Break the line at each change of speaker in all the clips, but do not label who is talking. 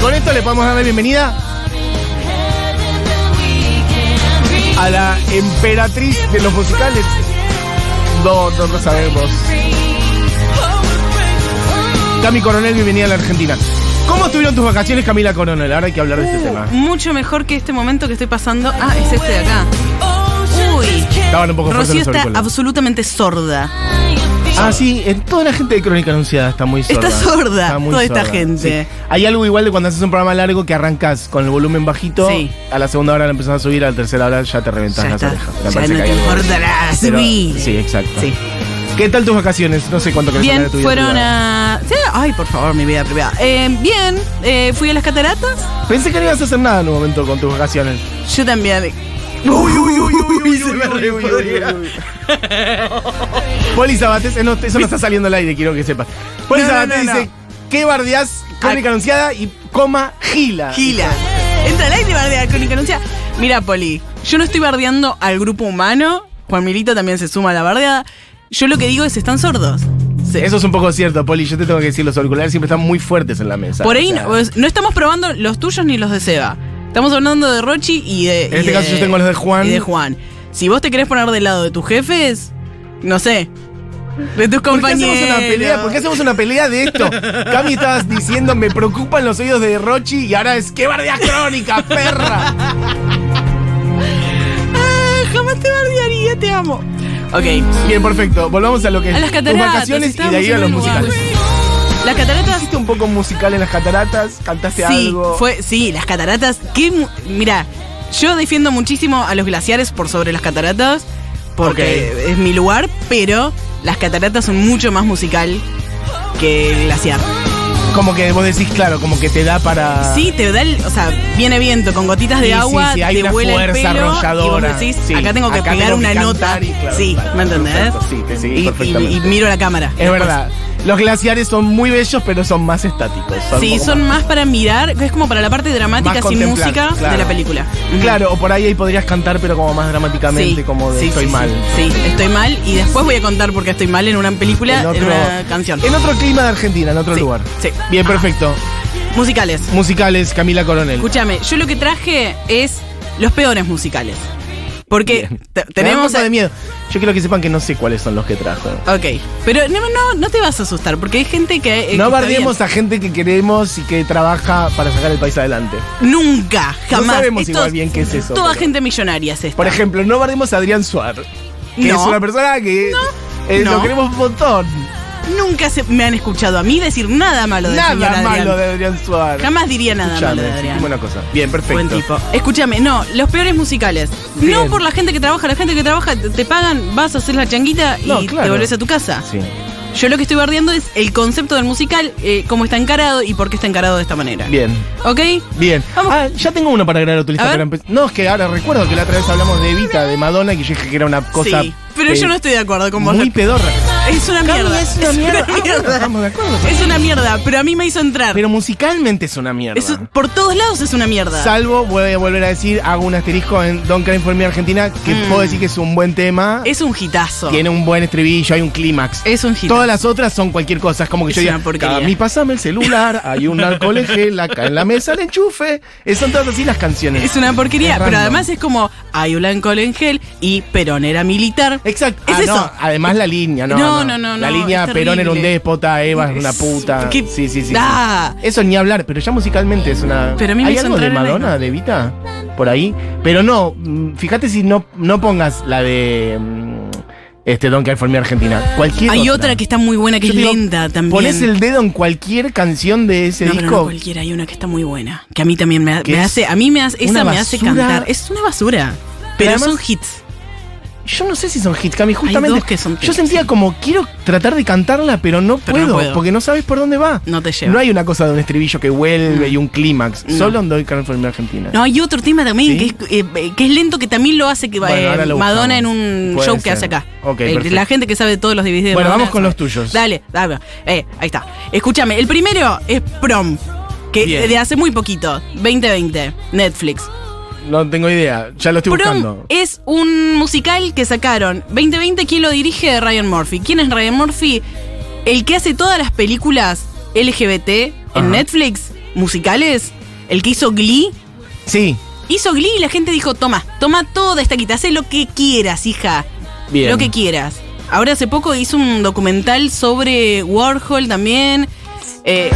con esto le podemos dar la bienvenida a la emperatriz de los musicales. No, no lo sabemos. Cami Coronel, bienvenida a la Argentina. ¿Cómo estuvieron tus vacaciones, Camila Coronel? Ahora hay que hablar de este tema.
Mucho mejor que este momento que estoy pasando. Ah, es este de acá. Uy.
Estaban un poco fuertes
Rocío
los
está
auriculares.
absolutamente sorda.
Ah, sí, en toda la gente de Crónica Anunciada está muy sorda.
Está sorda,
muy
toda esta gente.
sí. Hay algo igual de cuando haces un programa largo que arrancas con el volumen bajito,
Sí.
a la segunda hora lo empezás a subir, a la tercera hora ya te reventás
Ya
las
está.
orejas. Me
Ya
parece
no
que
te
hay algo.
importa nada.
Pero-
Subí.
Sí, exacto.
Sí.
¿Qué tal tus vacaciones? No sé cuánto querés hablar
Bien,
de tu vida
fueron
privada.
a. Sí, Ay, por favor, mi vida privada. Eh, bien, eh, fui a las cataratas.
Pensé que no ibas a hacer nada en un momento con tus vacaciones.
Yo también.
se me repodría. Poli Sabates, eh, no, eso no está saliendo al aire, quiero que sepas. Poli
No, no,
Sabates
no, Ah.
dice, ¿qué bardeás? Crónica Anunciada y coma Gila.
Gila. Entra al aire y bardea con incanuncia. Mira, Poli, yo no estoy bardeando al grupo humano. Juan Milito también se suma a la bardeada. Yo lo que digo es están sordos. Se-
Eso es un poco cierto, Poli. Yo te tengo que decir, los auriculares siempre están muy fuertes en la mesa.
Por ahí
O sea,
no, no estamos probando los tuyos ni los de Seba. Estamos hablando de Rochi y de.
En este caso yo tengo los de Juan.
Y de Juan. Si vos te querés poner del lado de tus jefes, no sé. De tus
¿Por qué
compañeros.
hacemos una pelea? ¿Por qué hacemos una pelea de esto? Cami estabas diciendo, me preocupan los oídos de Rochi y ahora es, ¡qué bardeas crónica, perra!
Ah, jamás te bardearía, te amo. Ok.
Bien, perfecto. Volvamos a lo que
A las
tus
cataratas,
vacaciones y de ahí a
estábamos
los
en un lugar.
musicales.
Las cataratas
¿Hiciste un poco musical en las cataratas? ¿Cantaste
Sí,
algo?
fue, sí, las cataratas. ¿qué mu- Mira, yo defiendo muchísimo a los glaciares por sobre las cataratas, porque es mi lugar, pero las cataratas son mucho más musical que el glaciar.
Como que vos decís, claro, como que te da para.
Sí, te da, el- o sea, viene viento con gotitas de
Ah. Sí, sí,
agua,
sí, hay
te
una
vuela
fuerza
el pelo y
arrolladora.
vos decís,
Sí,
acá tengo que
acá
pegar
tengo que
una nota.
cantar y claro,
sí,
vale,
¿me entendés?
perfecto, sí, te seguí
Y- y-
perfectamente.
Y, miro la cámara.
Es verdad. Los glaciares son muy bellos, pero son más estáticos. son un
Sí,
poco
son
más-
más para mirar, es como para la parte dramática
Más
sin
contemplar,
música
claro.
de la película. Ujú.
Claro, o por ahí ahí podrías cantar, pero como más dramáticamente, como de
sí,
estoy
sí,
mal.
Sí, sí, estoy mal y después voy a contar por qué estoy mal en una película,
En
en,
otro-
una canción.
En otro clima de Argentina, en otro
Sí, Ah.
lugar.
sí.
Bien, perfecto.
Musicales.
Musicales, Camila Coronel.
Escúchame, yo lo que traje es los peores musicales. Porque
Bien. Me
te-
da un
tenemos...
poco de miedo. Yo quiero que sepan que no sé cuáles son los que trajo.
Ok, pero no, no, no te vas a asustar porque hay gente que... eh, que
No
está
bardeemos a gente que queremos y que trabaja para sacar el país adelante.
bien. Nunca, jamás.
sabemos
Esto
igual
es-
bien qué es eso,
Toda
pero-
gente millonaria es esta.
Por ejemplo, no bardeemos a Adrián Suar, que
Ah. No.
es una persona que eh, lo
No.
queremos un montón.
Nunca se- me han escuchado a mí decir nada malo de
Nada malo de Adrián Suar.
Jamás diría nada malo
Escuchame,
de Adrián.
dime una cosa. Bien, perfecto.
Buen tipo. Escúchame, no, los peores musicales. No
Bien.
por la gente que trabaja, la gente que trabaja te, te pagan, vas a hacer la changuita y
No, claro.
te volvés a tu casa.
Sí.
Yo lo que estoy bardeando es el concepto del musical, eh, cómo está encarado y por qué está encarado de esta manera.
Bien.
¿Ok?
Bien.
Vamos.
Ah, ya tengo uno para agregar a tu lista.
A ver.
pero empe- no, es que ahora recuerdo que la otra vez hablamos de Evita, de Madonna, y que yo dije que era una cosa.
sí. Pero
eh,
yo no estoy de acuerdo con vos.
Muy pedorra.
Es una
Cami,
mierda.
es una mierda. Ah, bueno, estamos de acuerdo.
Es una mierda, pero a mí me hizo entrar.
Pero musicalmente es una mierda.
Es- por todos lados es una mierda.
Salvo, voy a volver a decir, hago un asterisco en Don't Cry for Me Argentina, que
Mm.
puedo decir que es un buen tema.
es un hitazo.
Tiene un buen estribillo, hay un clímax.
Es un hitazo.
Todas las otras son cualquier cosa. Es como que
Es
yo
una
diga,
porquería.
a mí pasame el celular, hay un alcohol en gel acá en la mesa, el enchufe. Eh, Son todas así las canciones.
Es una porquería,
Es
pero
random.
además es como hay un blanco en gel y Perón era militar.
Exacto.
Es
Ah,
eso.
no, Además la línea, ¿no?
No, no, no,
La
no,
línea
es
Perón era un
terrible.
déspota, Eva es una puta.
¿Qué?
Sí, sí, sí. sí.
Ah.
Eso ni hablar, pero ya musicalmente es una.
Pero a mí me
¿Hay
hizo
algo de
entrar en
Madonna,
algo.
de Vita? Por ahí. Pero no, mm, fíjate si no, no pongas la de. mm, Este Don Care for Me Argentina. Cualquier.
Hay otra que está muy buena, que
Yo
es
te digo,
lenta también.
Pones el dedo en cualquier canción de ese
no, pero no
disco.
cualquiera, hay una que está muy buena. Que a mí también me,
Que
me
es
hace. A mí me hace. Esa
una
me hace
basura.
cantar. Es una basura. Pero
además-
son hits.
Yo no sé si son hits, Cami, justamente.
dos que son
yo
hits,
sentía como quiero tratar de cantarla, pero no,
Pero no
puedo,
puedo.
porque no sabes por dónde va.
No te lleva.
No hay una cosa de un estribillo que vuelve y un clímax.
No.
Solo en Doy Carol for Me Argentina.
Mm. No, hay otro tema también
¿Sí?
que, es, eh, eh, que es lento, que también lo hace que va,
Bueno,
eh,
ahora lo
Madonna en
buscamos.
un
Puede
show que
ser.
hace acá.
Ok,
El-
perfecto.
la gente que sabe todos los divididos. de
Bueno,
Madonna
vamos con
sabe.
los tuyos.
Dale, dale. Eh, ahí está. Escúchame, el primero es Prom, que
Bien.
de hace muy poquito, 2020, Netflix.
No tengo idea. Ya lo estoy
Prom
buscando.
es un musical que sacaron 2020. ¿Quién lo dirige? Ryan Murphy. ¿Quién es Ryan Murphy? El que hace todas las películas LGBT en
Ajá.
Netflix, musicales, el que hizo Glee,
Sí,
hizo Glee y la gente dijo, toma, toma toda esta quita, haz lo que quieras, hija.
bien.
Lo que quieras. Ahora hace poco hizo un documental sobre Warhol también. Eh,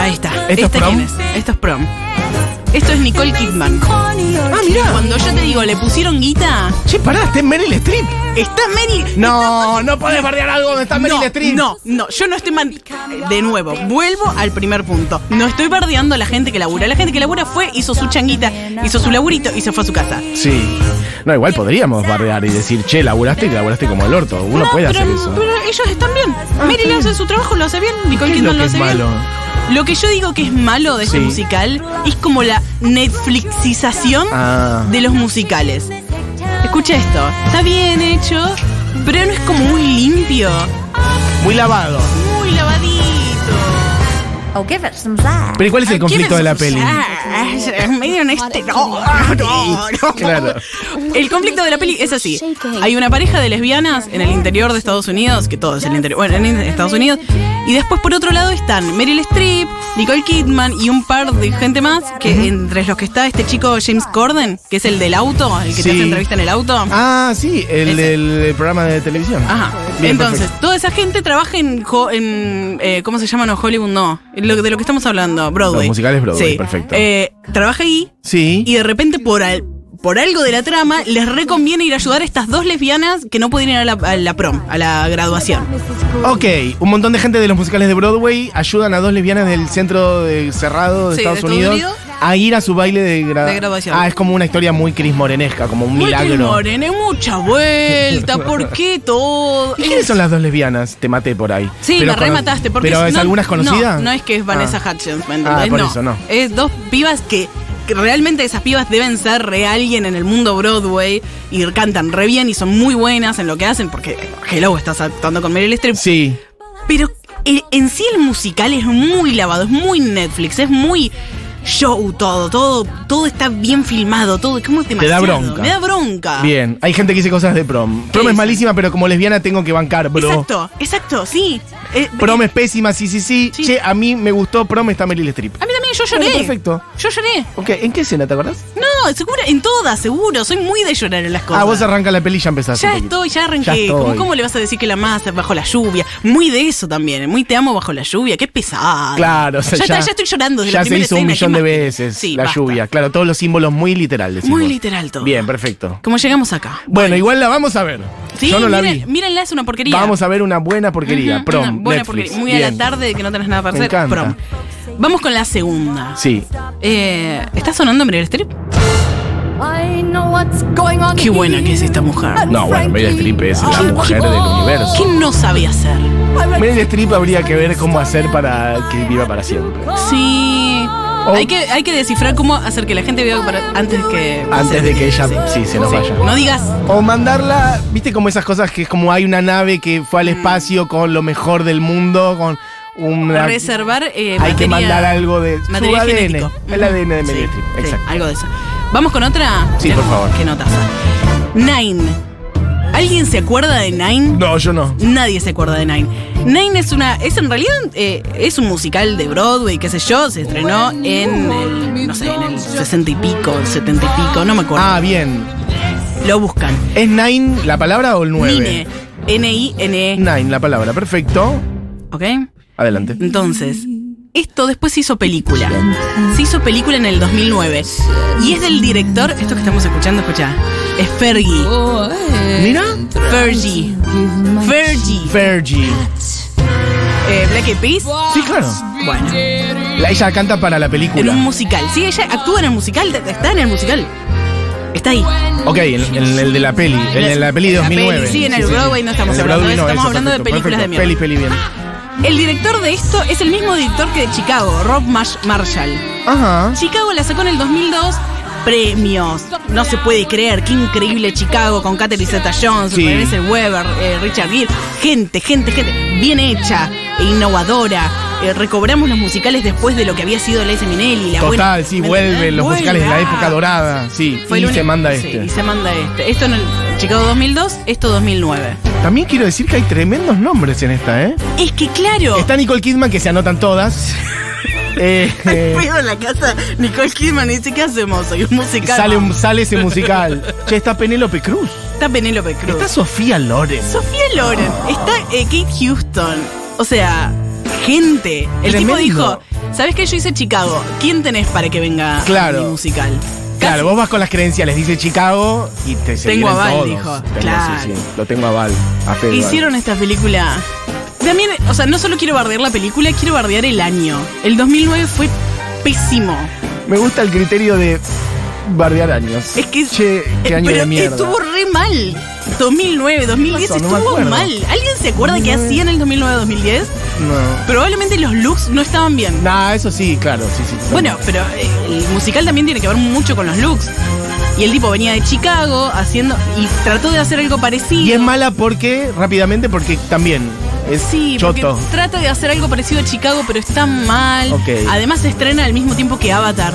ahí está.
¿Esto es
¿Este
prom?
quién es? Esto es prom. Esto es Nicole Kidman.
Ah, mirá.
Cuando yo te digo, le pusieron guita,
Che, pará, está en Meryl Streep.
está Meryl.
No, no podés bardear algo donde está Meryl
no,
Streep.
no, no, yo no estoy man- De nuevo, vuelvo al primer punto. No estoy bardeando a la gente que labura. La gente que labura fue, hizo su changuita, hizo su laburito y se fue a su casa.
Sí. No, igual podríamos bardear y decir, che, laburaste y laburaste como el orto. Uno
No,
puede
pero,
hacer eso. ¿eh?
pero ellos están bien. Meryl hace su trabajo, lo hace bien. Nicole
¿Qué es lo
Kidman lo
que es
hace bien.
malo?
Lo que yo digo que es malo de este
Sí.
musical es como la Netflixización
Ah.
de los musicales. Escucha esto, está bien hecho, pero no es como muy limpio,
Muy lavado.
muy lavadito.
Oh, give it some slack.
Pero ¿y cuál es el conflicto de la peli?
Ah, me dieron este. no, no, no.
Claro.
El conflicto de la peli es así. Hay una pareja de lesbianas en el interior de Estados Unidos, que todo es el interior, bueno, en Estados Unidos. Y después por otro lado están Meryl Streep, Nicole Kidman y un par de gente más, que entre los que está este chico James Corden, que es el del auto, el que te
Sí.
hace entrevista en el auto.
Ah, sí, el
Ese.
del programa de televisión.
Ajá.
Bien,
Entonces,
perfecto.
toda esa gente trabaja en, ho- en, eh, ¿cómo se llama? No, Hollywood no. Lo- de lo que estamos hablando, Broadway.
Los musicales Broadway,
Sí.
perfecto.
Eh, trabaja ahí
Sí.
y de repente por al- por algo de la trama les reconviene ir a ayudar a estas dos lesbianas que no pueden ir a la, a la prom, a la graduación.
Ok, un montón de gente de los musicales de Broadway ayudan a dos lesbianas del centro de- cerrado de,
Sí, de
Estados,
Estados
Unidos,
Unidos.
a ir a su baile de, gra-
De graduación.
Ah, es como una historia muy Cris Morenesca, como un milagro.
Muy Moren, hay mucha vuelta, ¿por qué todo?
¿Y quiénes son las dos lesbianas? Te maté por ahí.
Sí,
Pero
me
cono-
remataste. Porque
¿Pero
si
es
no-
algunas conocidas?
No, no es que es Vanessa
Ah.
Hutchins, ¿me entendés?
por
no.
eso, no.
Es dos pibas que, que realmente esas pibas deben ser re alguien en el mundo Broadway y cantan re bien y son muy buenas en lo que hacen porque, hello, estás actuando con Meryl Streep.
Sí.
Pero el- en sí el musical es muy lavado, es muy Netflix, es muy show todo, todo, todo está bien filmado, todo, ¿cómo es
da
demasiado?
bronca.
Me da bronca.
Bien. Hay gente que dice cosas de prom. Prom es
dicen?
malísima, pero como lesbiana tengo que bancar, bro.
Exacto, exacto, sí. Eh,
Prom es pésima, sí, sí, sí,
Sí.
Che, a mí me gustó Prom, está Meryl Streep.
a mí también yo
Bueno,
lloré.
perfecto.
Yo lloré.
Ok, ¿en qué escena te acordás?
No, seguro, en todas, seguro. Soy muy de llorar en las cosas.
Ah, vos arranca la peli y ya empezaste.
Ya
un poquito.
estoy, ya arranqué.
Ya estoy.
Como, ¿Cómo le vas a decir que la masa bajo la lluvia? Muy de eso también. eh, Muy te amo bajo la lluvia. Qué pesado.
Claro, o sea,
ya, está, ya estoy llorando. Desde
ya
la
se
primera
hizo un
escena,
millón
¿qué
de
más?
veces
Sí,
la
basta.
lluvia. Claro, todos los símbolos muy literales.
Muy literal todo.
Bien, perfecto.
Como llegamos acá.
Bueno, igual la vamos a ver.
Sí,
Yo no la
miren-
vi.
mírenla, es una porquería.
Vamos a ver una buena porquería.
Ujú,
prom.
una buena
Netflix.
porquería. Muy a
Bien.
la tarde que no tenés nada para
Me
hacer.
encanta.
Prom. Vamos con la segunda.
Sí.
Eh, ¿Está sonando Meryl Streep?
I know what's going on
Qué buena que es esta mujer.
No, bueno, Meryl Streep es la mujer del universo.
¿Quién no sabe hacer?
Meryl Streep habría que ver cómo hacer para que viva para siempre.
Sí.
O-
Hay, que, hay que descifrar cómo hacer que la gente vea para- antes que.
Antes de que ella sí, se nos
Sí.
vaya.
No digas.
O mandarla, viste como esas cosas que es como hay una nave que fue
Mm.
al espacio con lo mejor del mundo, con una...
Reservar. eh,
hay que
materia-
mandar algo de... Su
Material
ADN.
genético.
El ADN de
Sí,
Meryl Streep.
sí,
Exacto.
algo de eso. ¿Vamos con otra?
Sí, por favor.
Qué notaza. Nine. ¿Alguien se acuerda de Nine?
No, yo no.
Nadie se acuerda de Nine. Nine es una. Es en realidad. eh, es un musical de Broadway, qué sé yo. Se estrenó en. el, no sé, en el 60 y pico, 70 y pico, no me acuerdo.
Ah, bien.
Lo buscan. E,
¿Es nine la palabra o el nueve?
Nine. N-I-N-E.
Nine la palabra, perfecto.
¿Ok?
Adelante.
Entonces, esto después se hizo película. Se hizo película en el 2009. Y es del director. Esto que estamos escuchando, escucha. Es Fergie.
Mira.
Fergie. Fergie.
Fergie.
Eh, Black Eyed Peas.
Sí, claro.
Bueno,
La- ella canta para la
en un
película.
musical. Sí, ella actúa en el musical. Está en el musical. Está ahí.
Ok, en, en el de la peli. En, en la peli
En la
2009.
peli, sí, en el Broadway no estamos
En el
hablando
Broadway
de eso, estamos hablando de
perfecto,
películas de
perfecto.
mierda.
Peli, peli, bien.
El director de esto es el mismo director que de Chicago, Rob Marsh- Marshall.
Ajá.
Chicago la sacó en el 2002. Premios. No se puede creer. Qué increíble Chicago con Catherine Zeta Jones,
Sí.
Vanessa Weber, eh, Richard Gere. Gente, gente, gente. Bien hecha e innovadora. Eh, recobramos los musicales después de lo que había sido Liza Minnelli. La buena-
Total, sí,
¿me
vuelven
entendés?
los musicales de la
Vuelve. Ah,
época dorada. Sí,
Fue el
y
único-
se manda
sí,
este.
y se manda este. Esto en el Chicago 2002, esto 2009.
También quiero decir que hay tremendos nombres en esta, ¿eh?
Es que claro.
Está Nicole Kidman, que se anotan todas. Eh, eh,
Pero en la casa, Nicole Kidman dice, ¿qué hacemos? Soy un musical.
sale, un- sale ese musical. Che, está Penélope Cruz.
Está Penélope Cruz.
Está Sofía Loren.
Sofía Loren. Está eh, Kate Houston. O sea, gente. El
Tremendo.
tipo dijo, ¿sabes qué? Yo hice Chicago. ¿Quién tenés para que venga
Claro.
a mi musical?
Claro, vos vas con las credenciales, dice Chicago y te se
Tengo
vienen
a Val,
todos.
dijo.
Tengo,
Claro.
sí, sí, Lo tengo a Val. A Fede Val.
Hicieron esta película. También, o sea, no solo quiero bardear la película, quiero bardear el año. El 2009 fue pésimo.
Me gusta el criterio de bardear años.
Es que.
Che, qué
eh,
año
pero
de mierda.
Estuvo re mal. 2009, 2010
Pasó, no me
estuvo
acuerdo.
mal. ¿Alguien se acuerda qué hacía en el 2009-2010?
No.
Probablemente los looks no estaban bien.
Nah, eso sí, claro, sí, sí.
Bueno, pero eh, el musical también tiene que ver mucho con los looks. Y el tipo venía de Chicago haciendo. y trató de hacer algo parecido.
Y es mala porque, rápidamente, porque también es
Sí, porque
choto.
trata de hacer algo parecido a Chicago, pero está mal.
Ok.
Además se estrena al mismo tiempo que Avatar,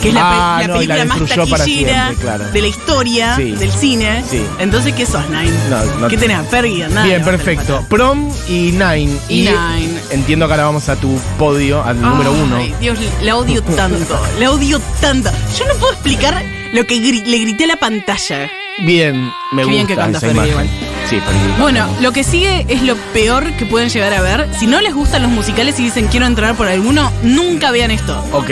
que es la, pe-
Ah,
la
no, y la
película más
destruyó para
taquillera
siempre, claro.
de la historia
Sí.
del cine.
Sí.
Entonces, ¿qué sos, Nine?
No, no-
¿Qué tenés? Pérdida, nada.
Bien,
le vas a
perfecto.
empatar.
Prom y Nine.
Y Nine.
Entiendo que ahora vamos a tu podio, al número uno.
Ay, Dios, la odio tanto, la odio tanto. Yo no puedo explicar lo que gri- le grité a la pantalla.
Bien, me
Qué
gusta
bien que cantas,
esa
Fergie,
imagen. Sí, Fergie.
Bueno, lo que sigue es lo peor que pueden llegar a ver. Si no les gustan los musicales y dicen quiero entrar por alguno, nunca vean esto.
Ok,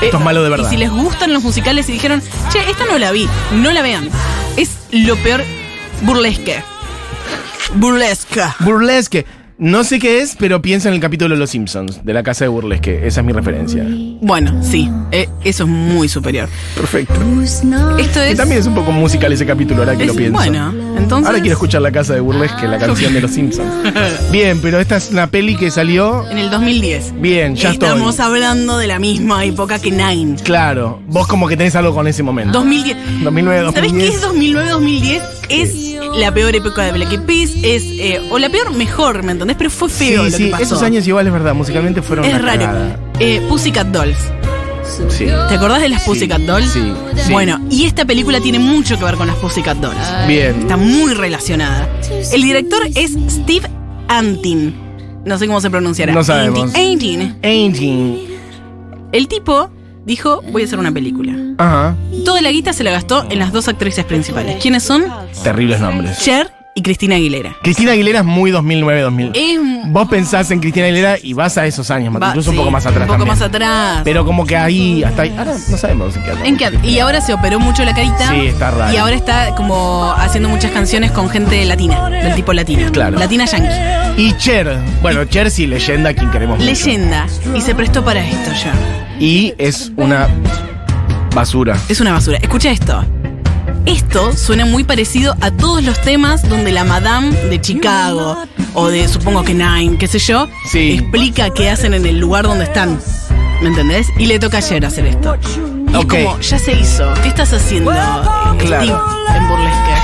esto es malo de verdad.
Y si les gustan los musicales y dijeron, che, esta no la vi, no la vean. Es lo peor burlesque. Burlesca.
Burlesque. No sé qué es, pero piensa en el capítulo de Los Simpsons, de la casa de Burlesque. Esa es mi referencia.
Bueno, sí, eh, eso es muy superior.
Perfecto.
Who's not?
Esto
Que
es.
también es un poco musical ese capítulo, ahora que
es-
lo pienso.
bueno, entonces.
Ahora quiero escuchar la casa de Burlesque, la canción de Los Simpsons. Bien, pero esta es una peli que salió.
En el 2010.
Bien, ya estoy.
Estamos hablando de la misma época que Nine.
Claro, vos como que tenés algo con ese momento.
2010.
2009,
¿Sabés
2010.
qué es 2009-2010? Es la peor época de Black Eyed Peas, es, eh, o la peor mejor, ¿me entendés? Pero fue feo
Sí,
lo
sí,
que pasó.
esos años igual es verdad, musicalmente fueron
es
una
raro.
cagada.
Eh, Pussycat Dolls.
Sí.
¿Te acordás de las Pussycat Dolls?
Sí, sí.
Bueno, y esta película tiene mucho que ver con las Pussycat Dolls.
Bien.
Está muy relacionada. El director es Steve Antin. No sé cómo se pronunciará.
No sabemos.
Antin. Antin.
Aging.
El tipo dijo, voy a hacer una película.
Ajá.
Toda la guita se la gastó en las dos actrices principales. ¿Quiénes son?
Terribles nombres.
Cher y Cristina Aguilera.
Cristina Aguilera es muy 2009-2000.
Es un-
Vos pensás en Cristina Aguilera y vas a esos años, Mati,
va-
incluso
sí,
un poco más atrás.
Un poco
también.
más atrás.
Pero como que ahí, hasta ahí. Ahora no sabemos en qué anda.
¿En qué? Y ahora se operó mucho la carita.
Sí, está raro.
Y ahora está como haciendo muchas canciones con gente latina, del tipo latina.
Claro.
Latina yankee.
Y Cher. Bueno, Cher sí, leyenda, quien queremos mucho.
Leyenda. Y se prestó para esto ya.
Y es una basura.
Es una basura. Escucha esto. Esto suena muy parecido a todos los temas donde la Madame de Chicago o de supongo que Nine, qué sé yo,
Sí.
explica qué hacen en el lugar donde están. ¿Me entendés? Y le toca ayer hacer esto. Y es
Ok.
como, ya se hizo. ¿Qué estás haciendo, eh,
Claro.
Steve, en burlesque?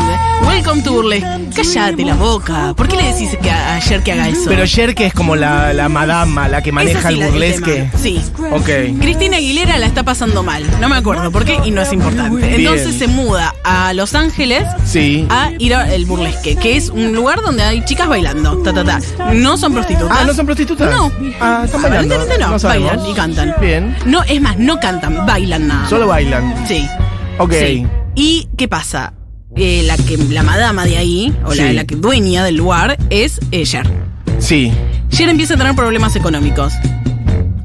¿Entendés? Welcome to burlesque. Cállate la boca. ¿Por qué le decís que a, a Cher que haga eso?
Pero Cher, que es como la, la madama, la que
Esa
maneja
sí
el
la del
burlesque.
tema. Sí.
Ok.
Cristina Aguilera la está pasando mal. No me acuerdo por qué y no es importante. Entonces
Bien.
se muda a Los Ángeles
Sí.
a ir al burlesque, que es un lugar donde hay chicas bailando. Ta, ta, ta. No son prostitutas.
Ah, ¿no son prostitutas?
No.
Ah, están bailando.
Aparentemente no.
sabemos.
bailan y cantan.
Bien.
No, es más, no cantan, bailan nada. más.
Solo bailan.
Sí.
Ok.
sí. ¿Y qué pasa? Eh, la que la madama de ahí, o la,
Sí.
la que dueña del lugar, es eh, Cher.
Sí.
Cher empieza a tener problemas económicos.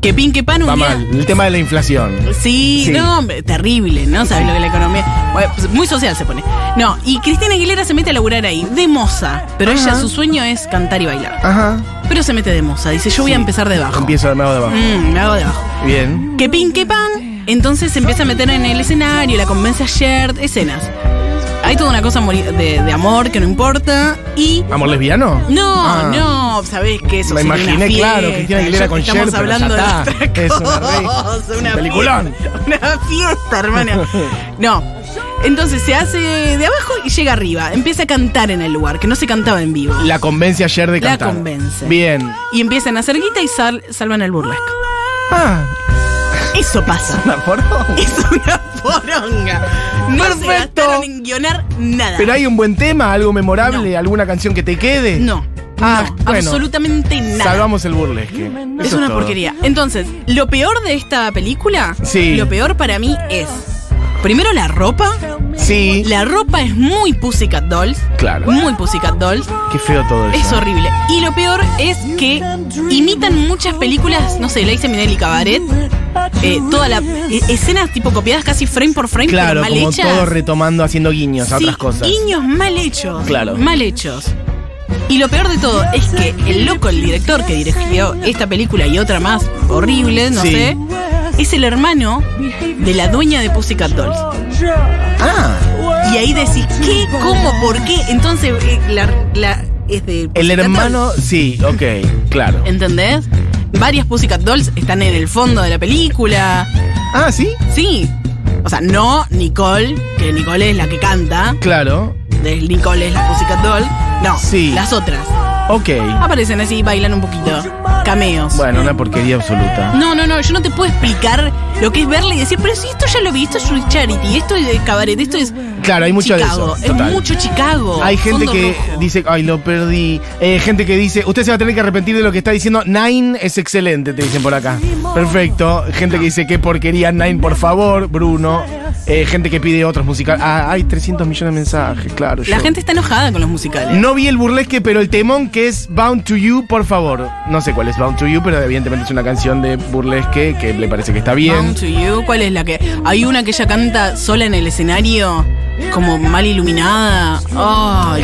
Que pin, que pan un
Va
día-
mal. El tema de la inflación.
Sí,
Sí.
no, hombre, terrible, ¿no? Sabes lo que la economía. Bueno, pues, muy social se pone. No, y Cristina Aguilera se mete a laburar ahí, de moza. Pero ella, su sueño es cantar y bailar.
Ajá.
Pero se mete de moza, dice, yo voy a empezar debajo.
Empiezo de nuevo de abajo.
Mm, me hago debajo.
Bien.
Que pin, que pan. Entonces se empieza a meter en el escenario, la convence a Sherd, escenas. Hay toda una cosa mori- de, de amor que no importa. Y.
¿Amor lesbiano?
No,
Ah.
no, sabés que eso
Me
sería una
imaginé,
fiesta.
claro, Cristina Aguilera
Ya
con
Estamos
Cher, pero ya
hablando
está.
de
Es
otra
una re-
cosa, una
peliculón.
fiesta, Una fiesta, hermana. No. Entonces se hace de abajo y llega arriba. Empieza a cantar en el lugar, que no se cantaba en vivo.
La convence ayer de
La
cantar.
convence.
Bien.
Y empiezan a hacer guita y sal- salvan el burlesque.
Ah,
Eso pasa.
¿la forro?
Es una poronga. No se
Perfecto.
gastaron en guionar nada.
Pero hay un buen tema, algo memorable, alguna canción que te quede.
No.
Ah,
no,
bueno.
absolutamente nada.
Salvamos el burlesque. Eso
es una
todo.
porquería. Entonces, lo peor de esta película,
Sí.
lo peor para mí es, primero la ropa.
Sí.
La ropa es muy Pussycat Dolls,
Claro.
muy Pussycat Dolls.
Qué feo todo eso. ¿eh?
Es horrible. Y lo peor es que imitan muchas películas, no sé, la hice Minelli Cabaret. eh, toda la eh, escenas tipo copiadas casi frame por frame, pero
Claro,
mal
como
hechas.
todo retomando, haciendo guiños a
Sí,
otras cosas.
Guiños mal hechos.
Claro.
Mal hechos. Y lo peor de todo es que el loco, el director que dirigió esta película y otra más horrible, no
Sí.
sé, es el hermano de la dueña de Pussycat Dolls.
Ah,
Y ahí decís, ¿qué? ¿Cómo? ¿Por qué? Entonces, eh, la, la- es de
el
Pussycat
hermano, sí, ok, claro.
Dolls, ¿Entendés? Varias Pussycat Dolls están en el fondo de la película.
Ah, sí,
Sí. O sea, no Nicole, que Nicole es la que canta.
claro,
De Nicole es la Pussycat Doll. No,
Sí.
las otras.
ok.
Aparecen así, bailan un poquito. Cameos.
Bueno, una porquería absoluta.
No, no, no, yo no te puedo explicar lo que es verle y decir, pero si esto ya lo vi, esto es Sweet Charity, esto es cabaret, esto es
Claro, hay mucho
Chicago,
de
es
eso. total.
mucho Chicago.
Hay gente
fondo
que
rojo.
dice, ay, lo perdí. Eh, gente que dice, usted se va a tener que arrepentir de lo que está diciendo. Nine es excelente, te dicen por acá. Perfecto. Gente que dice, qué porquería, Nine, por favor, Bruno. Eh, gente que pide otros musicales. Ah, hay 300 millones de mensajes, claro.
La
yo-
gente está enojada con los musicales.
No vi el burlesque, pero el temón que es Bound to You, por favor. No sé cuál es Bound to You, pero evidentemente es una canción de burlesque que le parece que está bien.
Bound to You, ¿cuál es la que? Hay una que ella canta sola en el escenario, como mal iluminada. Ay,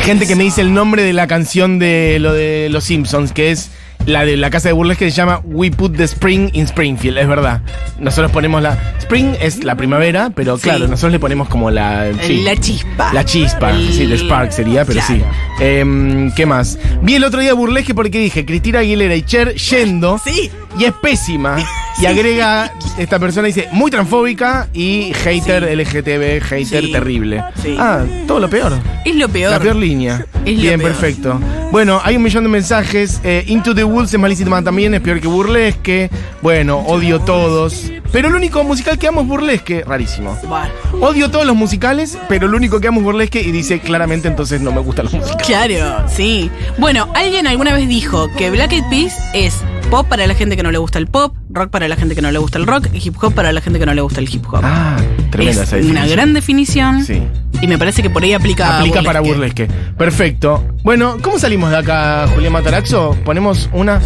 Hay gente que me dice el nombre de la canción de lo de los Simpsons, que es la de la casa de burlesque que se llama We Put the Spring in Springfield, es verdad. Nosotros ponemos la. Spring es la primavera, pero
Sí.
claro, nosotros le ponemos como la. sí.
La chispa.
La chispa,
El-
sí, The Spark sería, pero sí.
Claro.
Em, ¿Qué más? Vi el otro día burlesque porque dije Cristina Aguilera y Cher yendo.
Sí.
Y es pésima. Y agrega, esta persona dice, muy transfóbica y hater LGTB, hater
Sí.
terrible.
Sí.
Ah, todo lo peor.
Es lo peor.
La peor línea.
Es lo
Bien,
peor.
perfecto. Bueno, hay un millón de mensajes. Eh, Into the Woods es malísima también, es peor que burlesque. Bueno, odio todos. Pero el único musical que amo es burlesque. Rarísimo.
Buah.
Odio todos los musicales, pero el único que amo es burlesque y dice claramente entonces no me gustan los musicales.
Claro, sí. Bueno, alguien alguna vez dijo que Black Eyed Peas es pop para la gente que no le gusta el pop, rock para la gente que no le gusta el rock y hip hop para la gente que no le gusta el hip hop.
Ah, tremenda
es
esa
una
definición.
gran definición
Sí.
y me parece que por ahí aplica a
Aplica para burlesque. Perfecto. Bueno, ¿cómo salimos de acá, Julián Mataraxo? Ponemos una.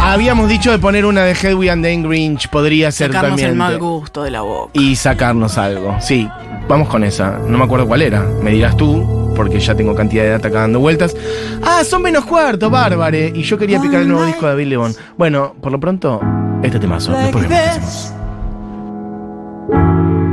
Habíamos dicho de poner una de Hedwig and the Angry Inch. Podría ser
sacarnos
también.
el mal
de-
gusto de la boca.
y sacarnos algo. Sí, vamos con esa. No me acuerdo cuál era. Me dirás tú, porque ya tengo cantidad de data acá dando vueltas. Ah, son menos cuarto, bárbare. Y yo quería picar el nuevo disco de David León. Bueno, por lo pronto, este temazo. Después vemos.
like this.